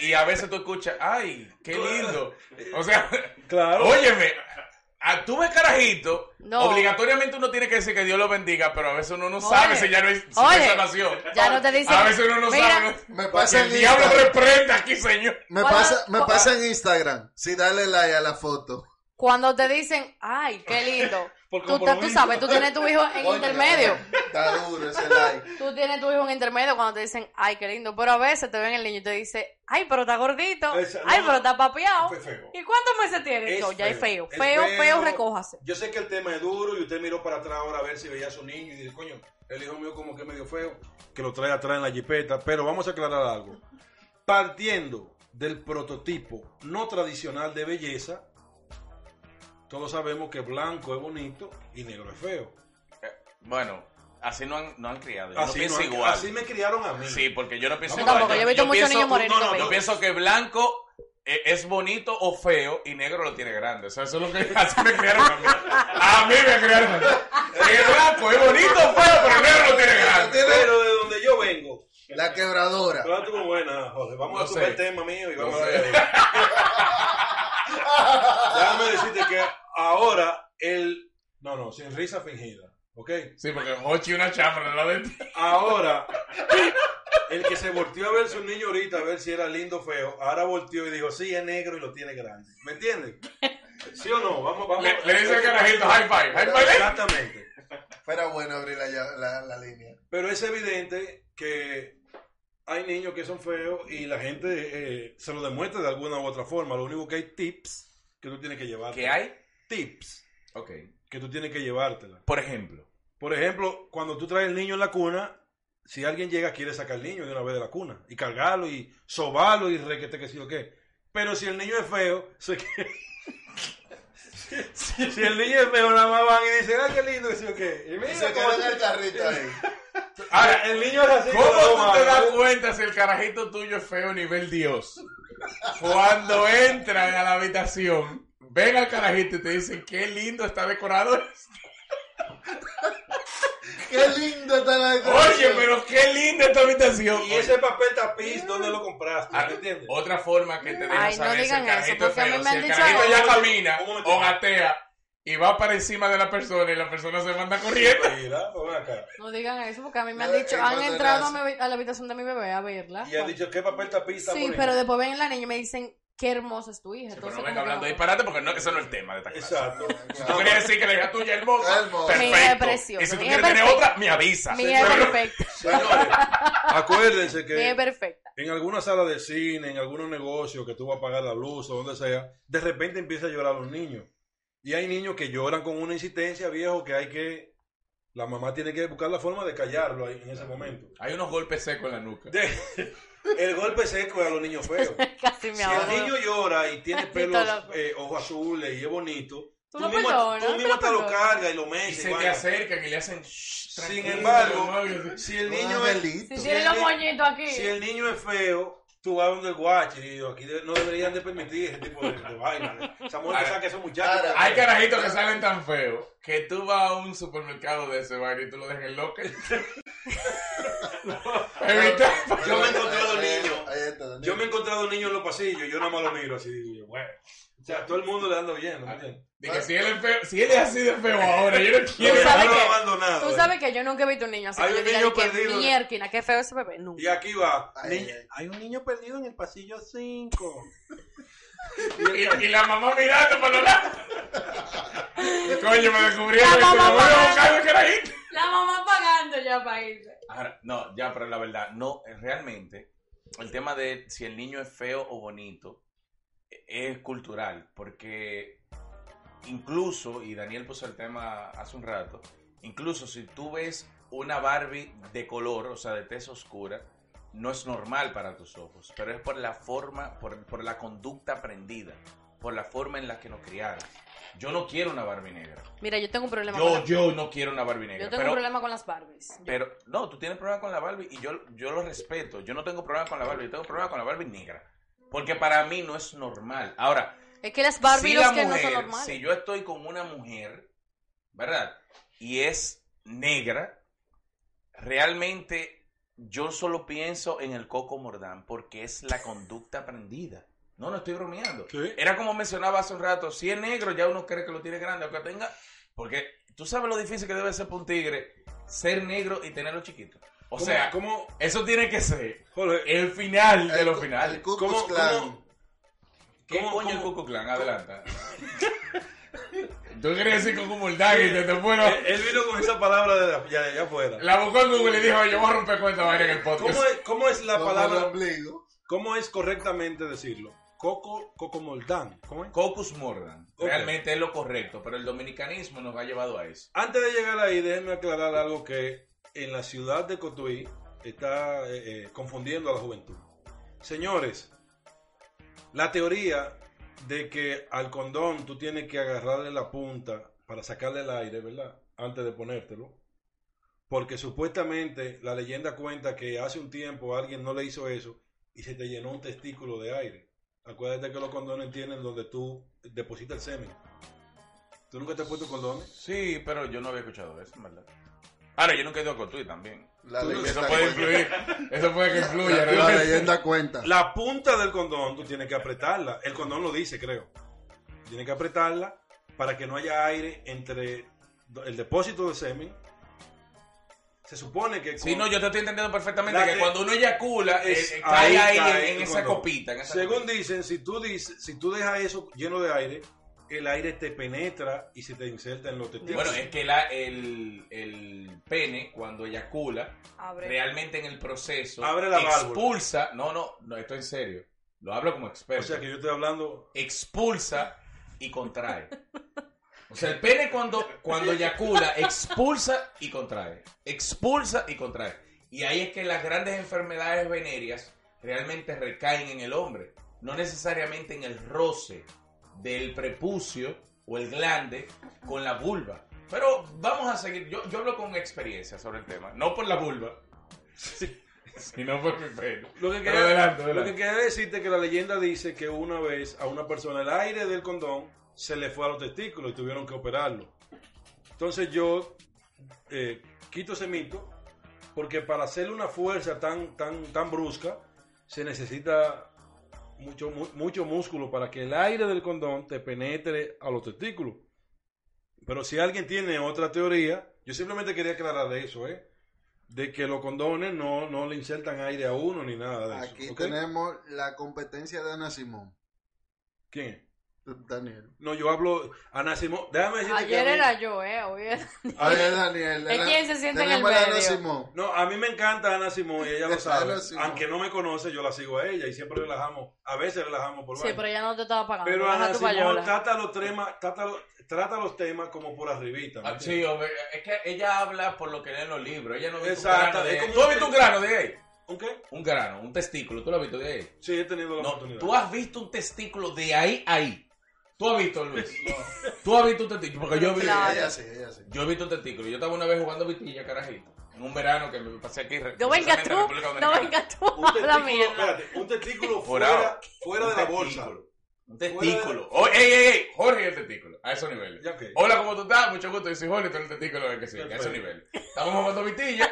Speaker 1: Y a veces tú escuchas, ¡ay, qué lindo! O sea,
Speaker 2: claro.
Speaker 1: óyeme, a- tú ves carajito,
Speaker 4: No.
Speaker 1: obligatoriamente uno tiene que decir que Dios lo bendiga, pero a veces uno no sabe
Speaker 4: Oye,
Speaker 1: si ya no es, si no
Speaker 4: oye.
Speaker 1: es salvación.
Speaker 4: Ya no te dicen.
Speaker 1: A veces uno no
Speaker 4: Mira,
Speaker 1: sabe. ¿no?
Speaker 3: Me
Speaker 1: Que
Speaker 3: pasa
Speaker 1: el
Speaker 3: en
Speaker 1: diablo
Speaker 3: Instagram.
Speaker 1: reprenda aquí, señor.
Speaker 3: Me
Speaker 4: Cuando-
Speaker 3: pasa, me
Speaker 4: cu-
Speaker 3: pasa en Instagram. Sí, dale like a la foto.
Speaker 4: Cuando te dicen, ay, qué lindo.
Speaker 2: Por
Speaker 4: Tú, tú
Speaker 2: compromiso.
Speaker 4: sabes, tú tienes tu hijo en
Speaker 3: Oye,
Speaker 4: intermedio.
Speaker 3: Está duro ese like.
Speaker 4: Tú tienes tu hijo en intermedio cuando te dicen, ay, qué lindo. Pero a veces te ven el niño y te dice, ay, pero está gordito.
Speaker 2: Esa-
Speaker 4: ay,
Speaker 2: no,
Speaker 4: pero está papeado.
Speaker 2: fue feo.
Speaker 4: ¿Y cuántos meses tiene?
Speaker 2: Es
Speaker 4: No, ya es feo.
Speaker 2: es
Speaker 4: Feo, feo, recójase.
Speaker 2: Yo sé que el tema es duro y usted miró para atrás ahora a ver si veía a su niño y dice, coño, el hijo mío como que medio feo, que lo trae atrás en la jipeta, pero vamos a aclarar algo. Partiendo del prototipo no tradicional de belleza, todos sabemos que blanco es bonito y negro es feo.
Speaker 1: Bueno, así no han, no han criado. Yo no
Speaker 2: Así,
Speaker 1: pienso
Speaker 2: no han-
Speaker 1: igual.
Speaker 2: así me criaron a mí.
Speaker 1: Sí, porque yo no pienso
Speaker 2: No,
Speaker 1: igual.
Speaker 4: tampoco, yo he visto muchos
Speaker 1: pienso-
Speaker 4: niños morenitos
Speaker 1: No, no, yo
Speaker 4: bellos.
Speaker 1: pienso que blanco eh, es bonito o feo y negro lo tiene grande. O sea, eso es lo que así me criaron a mí. A mí me criaron. El blanco es bonito o feo, pero el negro lo tiene grande.
Speaker 2: Pero de donde yo vengo,
Speaker 3: La quebradora.
Speaker 2: Pero tú, buena, Jorge. Vamos
Speaker 1: No
Speaker 2: a subir
Speaker 1: sé.
Speaker 2: el tema mío y vamos
Speaker 1: No
Speaker 2: a
Speaker 1: sé.
Speaker 2: ver. Déjame decirte que ahora el. No, no, sin risa fingida. ¿Ok?
Speaker 1: Sí, porque Hochi una chafra en la de ti.
Speaker 2: Ahora, el que se volteó a ver su niño ahorita, a ver si era lindo o feo, ahora volteó y dijo, sí, es negro y lo tiene grande. ¿Me entiendes? ¿Sí o no? Vamos, vamos.
Speaker 1: Le, le dice el carajito, high five, high five.
Speaker 2: Exactamente.
Speaker 3: Fuera bueno abrir la, llave- la, la línea.
Speaker 2: Pero es evidente que hay niños que son feos y la gente eh, se lo demuestra de alguna u otra forma. Lo único que hay tips que tú tienes que llevarte.
Speaker 1: ¿Qué hay?
Speaker 2: Tips
Speaker 1: Ok.
Speaker 2: que tú tienes que llevártela.
Speaker 1: Por ejemplo.
Speaker 2: Por ejemplo, cuando tú traes el niño en la cuna, si alguien llega, quiere sacar al niño de una vez de la cuna y cargarlo y sobarlo y requete que sí o qué. Pero si el niño es feo, se que- si, si el niño es feo, nada más van y dicen, ay, qué lindo, que sí o qué. Y mira
Speaker 3: Se
Speaker 2: cómo- Ah,
Speaker 3: quedó en el carrito ahí.
Speaker 1: Ahora,
Speaker 2: el niño es así. pero no
Speaker 1: ¿Cómo tú te
Speaker 2: malo.
Speaker 1: das cuenta si el carajito tuyo es feo nivel Dios? Cuando entran a la habitación, ven al carajito y te dicen, qué lindo está decorado.
Speaker 3: Qué lindo está la
Speaker 1: Oye,
Speaker 3: decoración.
Speaker 1: pero qué linda esta habitación.
Speaker 2: Y ese papel tapiz, ¿dónde lo compraste?
Speaker 1: Ah,
Speaker 2: ¿Me entiendes?
Speaker 1: Otra forma que te dejan
Speaker 4: Ay, no
Speaker 1: saber si el
Speaker 4: digan eso,
Speaker 1: carajito es
Speaker 4: porque a mí
Speaker 1: feo.
Speaker 4: me
Speaker 1: Si
Speaker 4: han
Speaker 1: el
Speaker 4: dicho
Speaker 1: carajito ya
Speaker 2: algo.
Speaker 1: camina
Speaker 2: Un momentito.
Speaker 1: o gatea y va para encima de la persona y la persona se manda corriendo.
Speaker 2: Mira, ven acá.
Speaker 4: No digan eso porque a mí me han
Speaker 3: Nada,
Speaker 4: dicho,
Speaker 3: es
Speaker 4: han
Speaker 3: cuando
Speaker 4: entrado a,
Speaker 3: nace.
Speaker 4: mi habi- a la habitación de mi bebé a verla.
Speaker 2: Y ha dicho, ¿qué papel tapiz está
Speaker 4: sí,
Speaker 2: bonito?
Speaker 4: pero después ven la niña y me dicen, qué hermosa es tu hija.
Speaker 1: Sí, Pero
Speaker 4: Entonces,
Speaker 1: no
Speaker 4: como que
Speaker 1: venga hablando
Speaker 4: no.
Speaker 1: de disparate porque no, ese no es el tema de esta clase.
Speaker 2: Exacto.
Speaker 1: Si tú querías decir que la hija tuya es hermosa,
Speaker 3: Hermosa.
Speaker 1: perfecto.
Speaker 4: Mi hija es preciosa,
Speaker 1: Y si tú
Speaker 4: mi hija es
Speaker 1: quieres tener
Speaker 4: perfecta.
Speaker 1: otra, me avisa.
Speaker 4: Mi es
Speaker 1: Pero-
Speaker 4: perfecta.
Speaker 2: Señores, acuérdense
Speaker 4: Mi es
Speaker 2: que
Speaker 4: perfecta.
Speaker 2: en alguna sala de cine, en algunos negocios que tú vas a pagar la luz o donde sea, de repente empieza a llorar los niños. Y hay niños que lloran con una insistencia, viejo, que hay que... La mamá tiene que buscar la forma de callarlo ahí en ese momento.
Speaker 1: Hay unos golpes secos en la nuca.
Speaker 2: De- el golpe seco es a los niños feos.
Speaker 4: Casi me
Speaker 2: Si el niño
Speaker 4: ahogo.
Speaker 2: llora y tiene
Speaker 4: Maldito
Speaker 2: pelos,
Speaker 4: loco.
Speaker 2: eh, ojos azules y es bonito,
Speaker 4: Tú lo
Speaker 2: mismo,
Speaker 4: perdonas,
Speaker 2: tú
Speaker 4: tú
Speaker 2: mismo
Speaker 4: lo
Speaker 2: te lo
Speaker 4: perdonas.
Speaker 2: cargas y lo
Speaker 1: Y
Speaker 2: metes. y
Speaker 1: se te
Speaker 2: vaina.
Speaker 1: acercan y le hacen... "Shh,
Speaker 2: Sin
Speaker 1: tranquilo,
Speaker 2: embargo,
Speaker 1: hermano".
Speaker 2: si el
Speaker 3: Un
Speaker 2: niño es,
Speaker 3: angelito.
Speaker 4: Si
Speaker 2: Sí,
Speaker 4: tiene
Speaker 2: el
Speaker 4: los
Speaker 2: ni-
Speaker 4: moñitos aquí.
Speaker 2: si el niño es feo, tú vas donde el guache y aquí de- no deberían de permitir ese tipo de, de vaina. Esa mujer
Speaker 1: Ahora,
Speaker 2: que saca a esos muchachos.
Speaker 3: ahora,
Speaker 1: Hay carajitos que salen tan feos que tú vas a un supermercado de ese bar y tú lo dejas en locker. Evita.
Speaker 2: Yo me he encontrado
Speaker 3: Ahí-
Speaker 2: niños.
Speaker 3: ahí está, niño.
Speaker 2: Yo me he encontrado niños en los pasillos, yo nada más lo miro así, digo yo, bueno. O sea, todo el mundo le anda bien, ¿no me entiendes?
Speaker 1: Dije, si él es feo, si él es así de feo ahora, yo no quiero.
Speaker 4: Tú sabes
Speaker 2: Dejarlo
Speaker 4: que-
Speaker 2: abandonado,
Speaker 4: Tú
Speaker 2: eh.
Speaker 4: sabes que yo nunca he visto un niño así.
Speaker 2: Hay
Speaker 4: que
Speaker 2: un
Speaker 4: yo diga
Speaker 2: niño
Speaker 4: de que,
Speaker 2: perdido.
Speaker 4: "Mierquina, qué feo ese bebé. Nunca.
Speaker 2: Y aquí va.
Speaker 3: Ay,
Speaker 2: Ni-
Speaker 3: ay.
Speaker 2: Hay un niño perdido en el pasillo 5.
Speaker 1: Y, y la mamá mirando para los lados. Coño, me descubrieron
Speaker 4: La
Speaker 1: que
Speaker 4: mamá
Speaker 1: me voy a
Speaker 4: parada.
Speaker 1: buscar el carajito.
Speaker 4: La mamá pagando ya para irse.
Speaker 1: Ahora, no, ya, pero la verdad, no, eh, realmente, el tema de si el niño es feo o bonito eh, es cultural, porque incluso, y Daniel puso el tema hace un rato, incluso si tú ves una Barbie de color, o sea, de tez oscura, no es normal para tus ojos, pero es por la forma, por, por la conducta aprendida, por la forma en la que nos criaron. Yo no quiero una Barbie negra.
Speaker 4: Mira, yo tengo un problema con
Speaker 1: Yo,
Speaker 4: la-
Speaker 1: yo no quiero una Barbie negra.
Speaker 4: Yo tengo
Speaker 1: pero
Speaker 4: un problema con las Barbies. Yo-
Speaker 1: pero, no, tú tienes problema con la Barbie y yo, yo lo respeto. Yo no tengo problema con la Barbie, yo tengo problema con la Barbie negra. Porque para mí no es normal. Ahora,
Speaker 4: Es que las Barbies
Speaker 1: si
Speaker 4: los
Speaker 1: la
Speaker 4: que no son
Speaker 1: mujer,
Speaker 4: normales.
Speaker 1: si yo estoy con una mujer, ¿verdad? Y es negra, realmente yo solo pienso en el Coco Mordán porque es la conducta aprendida. No, no estoy bromeando.
Speaker 2: Sí.
Speaker 1: Era como mencionaba hace un rato, si es negro ya uno cree que lo tiene grande, aunque tenga... Porque tú sabes lo difícil que debe ser para un tigre ser negro y tenerlo chiquito. O
Speaker 2: ¿Cómo-
Speaker 1: sea,
Speaker 2: ¿cómo,
Speaker 1: eso tiene que ser
Speaker 2: Jorge,
Speaker 1: el final de
Speaker 3: El
Speaker 1: los
Speaker 3: Ku-
Speaker 1: finales.
Speaker 3: El Ku
Speaker 2: ¿Cómo-
Speaker 3: Klux Klan.
Speaker 2: cómo-
Speaker 1: ¿Qué
Speaker 2: Eh, ¿Cómo-
Speaker 1: coño el
Speaker 2: cómo-
Speaker 1: Cucu Clan? Adelanta. Tú querías decir Cucu Mordán y te, te fueron.
Speaker 2: él, él vino con esa palabra de la- ya, ya fuera.
Speaker 1: La buscó en Google y dijo: Yo voy a romper cuenta vaina en el podcast.
Speaker 2: ¿Cómo es, cómo es la
Speaker 3: Como el
Speaker 2: palabra?
Speaker 3: ombligo.
Speaker 2: ¿Cómo es correctamente decirlo? Coco, Coco Moldán. ¿Cómo es?
Speaker 1: Cocus Morgan.
Speaker 2: Ok.
Speaker 1: Realmente es lo correcto, pero el dominicanismo nos ha llevado a eso.
Speaker 2: Antes de llegar ahí, déjenme aclarar algo que en la ciudad de Cotuí está eh, eh, confundiendo a la juventud. Señores, la teoría de que al condón tú tienes que agarrarle la punta para sacarle el aire, ¿verdad? Antes de ponértelo. Porque supuestamente la leyenda cuenta que hace un tiempo alguien no le hizo eso y se te llenó un testículo de aire. Acuérdate que los condones tienen donde tú depositas el semen. ¿Tú nunca te has puesto condones?
Speaker 1: Sí, pero yo no había escuchado eso, en ¿verdad? Ahora, yo nunca he ido a Cotuí también.
Speaker 3: Ah, La
Speaker 1: Y
Speaker 3: leyenda
Speaker 1: Eso puede
Speaker 3: cuenta.
Speaker 1: influir. Eso puede que influya.
Speaker 3: La-
Speaker 1: ¿no?
Speaker 3: la leyenda cuenta.
Speaker 2: La punta del condón tú tienes que apretarla. El condón lo dice, creo. Tienes que apretarla para que no haya aire entre do- el depósito de semen. Se supone que.
Speaker 1: Sí, no, yo te estoy entendiendo perfectamente
Speaker 2: La
Speaker 1: que
Speaker 2: de-
Speaker 1: cuando uno eyacula, eh,
Speaker 2: Es-
Speaker 1: eh, cae ahí,
Speaker 2: ahí cae
Speaker 1: en, en
Speaker 2: el
Speaker 1: esa
Speaker 2: condón.
Speaker 1: copita. En esa
Speaker 2: Según
Speaker 1: copita.
Speaker 2: dicen, si tú, dices, si tú dejas eso lleno de aire, el aire te penetra y se te inserta en los testículos.
Speaker 1: Bueno, es que la- el, el pene, cuando eyacula,
Speaker 4: Abre.
Speaker 1: realmente en el proceso
Speaker 2: Abre la válvula.
Speaker 1: expulsa, no, no, no, esto en serio, lo hablo como
Speaker 2: o
Speaker 1: experto,
Speaker 2: sea que yo estoy hablando.
Speaker 1: expulsa y contrae. O sea, el pene cuando, cuando eyacula, expulsa y contrae, expulsa y contrae. Y ahí es que las grandes enfermedades venéreas realmente recaen en el hombre, no necesariamente en el roce del prepucio o el glande con la vulva. Pero vamos a seguir, yo, yo hablo con experiencia sobre el tema, no por la vulva, sino por mi pene.
Speaker 2: Lo que,
Speaker 1: Pero
Speaker 2: quería,
Speaker 1: adelante,
Speaker 2: lo que
Speaker 1: adelante.
Speaker 2: quería decirte es que la leyenda dice que una vez a una persona el aire del condón se le fue a los testículos y tuvieron que operarlo. Entonces yo eh, quito ese mito porque para hacerle una fuerza tan, tan, tan brusca se necesita mucho, mu- mucho músculo para que el aire del condón te penetre a los testículos. Pero si alguien tiene otra teoría, yo simplemente quería aclarar de eso, ¿eh? De que los condones no, no le insertan aire a uno ni nada de eso.
Speaker 3: Aquí
Speaker 2: ¿ok?
Speaker 3: tenemos la competencia de Ana Simón.
Speaker 2: ¿Quién es?
Speaker 3: Daniel.
Speaker 2: No, yo hablo a Nacimo. Déjame decirte que
Speaker 4: Ayer
Speaker 2: a mí-
Speaker 4: era yo, ¿eh? Hoy era-
Speaker 3: Ay, Daniel.
Speaker 4: Es
Speaker 3: Ana-
Speaker 4: quien se siente en el
Speaker 3: tenemos a Ana
Speaker 4: medio.
Speaker 3: Simón.
Speaker 2: No, a mí me encanta Ana Simón y ella lo
Speaker 3: Ana
Speaker 2: sabe.
Speaker 3: Simón.
Speaker 2: Aunque no me conoce, yo la sigo a ella y siempre relajamos. A veces relajamos por
Speaker 4: Sí,
Speaker 2: vaina.
Speaker 4: pero ya Ah, no te estaba pagando.
Speaker 2: Pero
Speaker 4: deja
Speaker 2: Ana
Speaker 4: tu
Speaker 2: Simón
Speaker 4: payola.
Speaker 2: trata los, temas, trata, los, trata los temas como por arribita. ¿me
Speaker 1: Ah, sí,
Speaker 2: entiendes?
Speaker 1: hombre, es que ella habla por lo que lee en los libros. Ella no ve un
Speaker 2: Exacto,
Speaker 1: grano de ahí.
Speaker 2: es como
Speaker 1: ¿Tú has
Speaker 2: un
Speaker 1: visto un grano de ahí?
Speaker 2: ¿Ok?
Speaker 1: Un grano, un testículo, ¿tú lo has visto de ahí?
Speaker 2: Sí, he tenido la
Speaker 1: No,
Speaker 2: oportunidad.
Speaker 1: tú has visto un testículo de ahí a ahí. ¿Tú has visto, Luis? ¿Tú has visto un testículo? Porque yo vi,
Speaker 4: Claro.
Speaker 3: Ella sí, ella sí.
Speaker 1: yo he visto un testículo. Yo estaba una vez jugando vitilla, carajito. En un verano que me pasé aquí.
Speaker 4: No vengas
Speaker 1: precisamente
Speaker 4: tú,
Speaker 1: en República
Speaker 4: no
Speaker 1: Dominicana.
Speaker 4: vengas tú,
Speaker 2: Un
Speaker 4: habla
Speaker 2: testículo,
Speaker 4: mierda.
Speaker 2: espérate, un testículo
Speaker 1: Por ahora.
Speaker 2: fuera, fuera de
Speaker 1: Un
Speaker 2: la bolsa.
Speaker 1: testículo. Un testículo. Oh, ¡Ey, ey, ey! Jorge y el testículo. A esos niveles.
Speaker 2: Ya, ok.
Speaker 1: Hola, ¿cómo tú estás? Mucho gusto. Yo soy Jorge, tú eres el testículo del que sí. A
Speaker 2: Perfecto.
Speaker 1: esos niveles. Estamos jugando vitilla.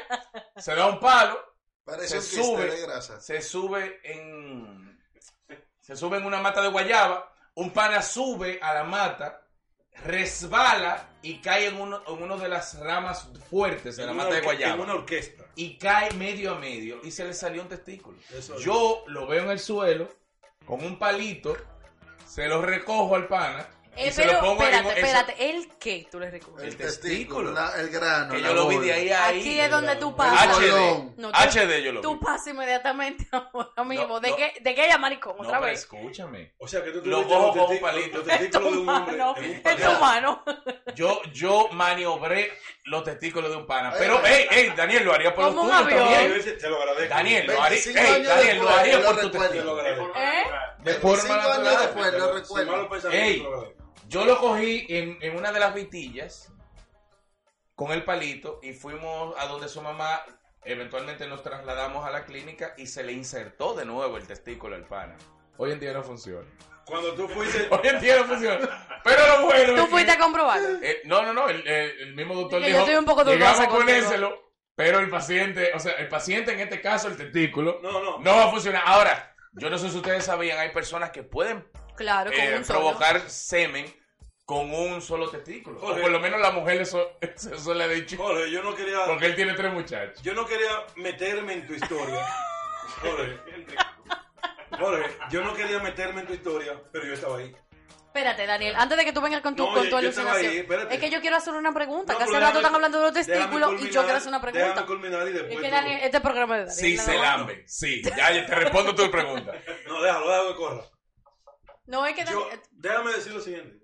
Speaker 1: se da un palo. Se
Speaker 3: Parece un
Speaker 1: sube.
Speaker 3: cristal de grasa.
Speaker 1: se sube en se sube en una mata de guayaba, un pana sube a la mata, resbala y cae en uno, en uno de las ramas fuertes de la
Speaker 2: En una
Speaker 1: mata de
Speaker 2: orque- En
Speaker 1: guayaba
Speaker 2: una orquesta.
Speaker 1: y cae medio a medio y se le salió un testículo.
Speaker 2: Eso es.
Speaker 1: Yo lo veo en el suelo con un palito, se lo recojo al pana y
Speaker 4: Eh,
Speaker 1: se
Speaker 4: pero
Speaker 1: lo pongo en-
Speaker 4: espérate,
Speaker 1: en-
Speaker 4: espérate. ¿El qué tú le recoges?
Speaker 1: El testículo.
Speaker 3: la- el grano.
Speaker 1: que
Speaker 3: la
Speaker 1: yo lo vi de
Speaker 3: bola.
Speaker 1: ahí a ahí.
Speaker 4: Aquí es donde tú pasas.
Speaker 1: HD,
Speaker 4: No, tú-
Speaker 1: HD yo lo
Speaker 4: Tú
Speaker 1: vi.
Speaker 4: pasas inmediatamente ahora mismo.
Speaker 1: No,
Speaker 4: ¿De,
Speaker 1: no.
Speaker 4: qué, ¿De qué ella maricón?
Speaker 1: No,
Speaker 4: Otra
Speaker 1: pero
Speaker 4: vez.
Speaker 1: escúchame.
Speaker 2: O sea, que tú
Speaker 1: Lo
Speaker 2: tuviste
Speaker 1: cojo
Speaker 2: los
Speaker 1: con un
Speaker 2: testi-
Speaker 1: palito.
Speaker 2: los
Speaker 4: Es tu
Speaker 2: testículos de un hombre.
Speaker 4: mano.
Speaker 2: en un
Speaker 4: Es
Speaker 2: palito.
Speaker 4: tu mano.
Speaker 1: Yo, yo maniobré los testículos de un pana. Pero,
Speaker 3: Eh.
Speaker 1: hey, hey, Daniel, lo haría por
Speaker 4: Como
Speaker 1: un
Speaker 4: un
Speaker 1: tuyo
Speaker 4: avión.
Speaker 1: también.
Speaker 2: Te lo agradezco.
Speaker 1: Daniel, lo haría,
Speaker 3: 25
Speaker 1: hey,
Speaker 3: años
Speaker 1: Daniel, lo
Speaker 3: después,
Speaker 1: haría
Speaker 3: yo
Speaker 1: por
Speaker 3: lo
Speaker 1: tu
Speaker 3: recuerdo.
Speaker 2: Te lo
Speaker 1: testículo.
Speaker 2: agradezco.
Speaker 4: ¿Eh?
Speaker 1: De
Speaker 3: 25
Speaker 1: forma
Speaker 3: años
Speaker 1: natural.
Speaker 3: después. Pues, lo
Speaker 2: Sin
Speaker 3: recuerdo.
Speaker 2: malos pensamientos,
Speaker 1: Ey.
Speaker 2: lo agradezco.
Speaker 1: Yo lo cogí en, en una de las vitillas con el palito y fuimos a donde su mamá. Eventualmente nos trasladamos a la clínica y se le insertó de nuevo el testículo al pana. Hoy en día no funciona.
Speaker 2: Cuando tú fuiste.
Speaker 1: Hoy en día no funciona. Pero lo bueno. es
Speaker 4: Tú
Speaker 1: que-
Speaker 4: fuiste a comprobarlo.
Speaker 1: Eh, no, no, no, el, el- el mismo doctor
Speaker 4: Dije,
Speaker 1: dijo,
Speaker 4: yo estoy un poco dudosa
Speaker 1: llegamos a
Speaker 4: contigo".
Speaker 1: ponérselo, Pero el paciente, o sea, el paciente en este caso, el testículo, no,
Speaker 2: No, no.
Speaker 1: va a funcionar. Ahora, yo no sé si ustedes sabían, hay personas que pueden
Speaker 4: Claro, con
Speaker 1: eh,
Speaker 4: un solo.
Speaker 1: provocar semen con un solo testículo. O
Speaker 2: Jorge.
Speaker 1: por lo menos las mujeres eso, eso le ha dicho.
Speaker 2: Jorge, yo no quería.
Speaker 1: Porque él tiene tres muchachos.
Speaker 2: Yo no quería meterme en tu historia. Jorge. Jorge, yo no quería meterme en tu historia, pero yo estaba ahí.
Speaker 4: Espérate, Daniel, antes de que tú vengas con tu,
Speaker 2: No,
Speaker 4: con
Speaker 2: yo-
Speaker 4: tu
Speaker 2: yo estaba
Speaker 4: alucinación.
Speaker 2: ahí, espérate.
Speaker 4: es que yo quiero hacer una pregunta.
Speaker 2: No,
Speaker 4: que
Speaker 2: pero
Speaker 4: hace
Speaker 2: déjame-
Speaker 4: rato están hablando de los
Speaker 2: déjame
Speaker 4: testículos y yo
Speaker 2: culminar,
Speaker 4: quiero hacer una pregunta.
Speaker 2: Déjame culminar y después.
Speaker 4: Es que
Speaker 2: tú.
Speaker 4: Daniel, este programa es de Daniel.
Speaker 1: Sí,
Speaker 4: nada
Speaker 1: se
Speaker 4: más.
Speaker 1: lambe. Sí, ya te respondo tu pregunta.
Speaker 2: No, déjalo, déjalo que corra.
Speaker 4: No, es que
Speaker 2: Yo-
Speaker 4: Daniel.
Speaker 2: déjame decir lo siguiente.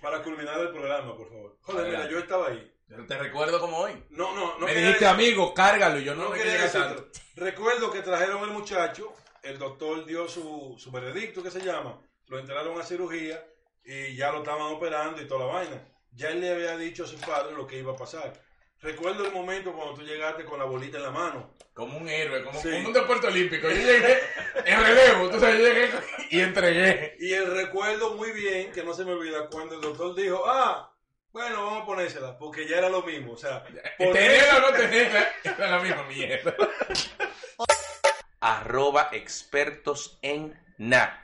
Speaker 2: Para culminar el programa, por favor. Joder, mira,
Speaker 1: Adelante.
Speaker 2: yo estaba ahí.
Speaker 1: Yo te recuerdo como hoy.
Speaker 2: No, no, no
Speaker 1: Me
Speaker 2: quería-
Speaker 1: dijiste, amigo, cárgalo. Yo no,
Speaker 2: no
Speaker 1: me
Speaker 2: quería
Speaker 1: quería
Speaker 2: decirlo.
Speaker 1: tanto.
Speaker 2: Recuerdo que trajeron al muchacho, el doctor dio su, su veredicto, que se llama, lo entraron a cirugía y ya lo estaban operando y toda la vaina. Ya él le había dicho a su padre lo que iba a pasar. Recuerdo el momento cuando tú llegaste con la bolita en la mano.
Speaker 1: Como un héroe, como,
Speaker 2: Sí.
Speaker 1: como un deporte olímpico. Yo llegué en relevo, tú sabes, yo llegué y entregué.
Speaker 2: Y el recuerdo muy bien, que no se me olvida, cuando el doctor dijo, ah, bueno, vamos a ponérsela, porque ya era lo mismo. O sea, poner-
Speaker 1: Tenerla o no tenerla, era la misma mierda. Arroba expertos en na.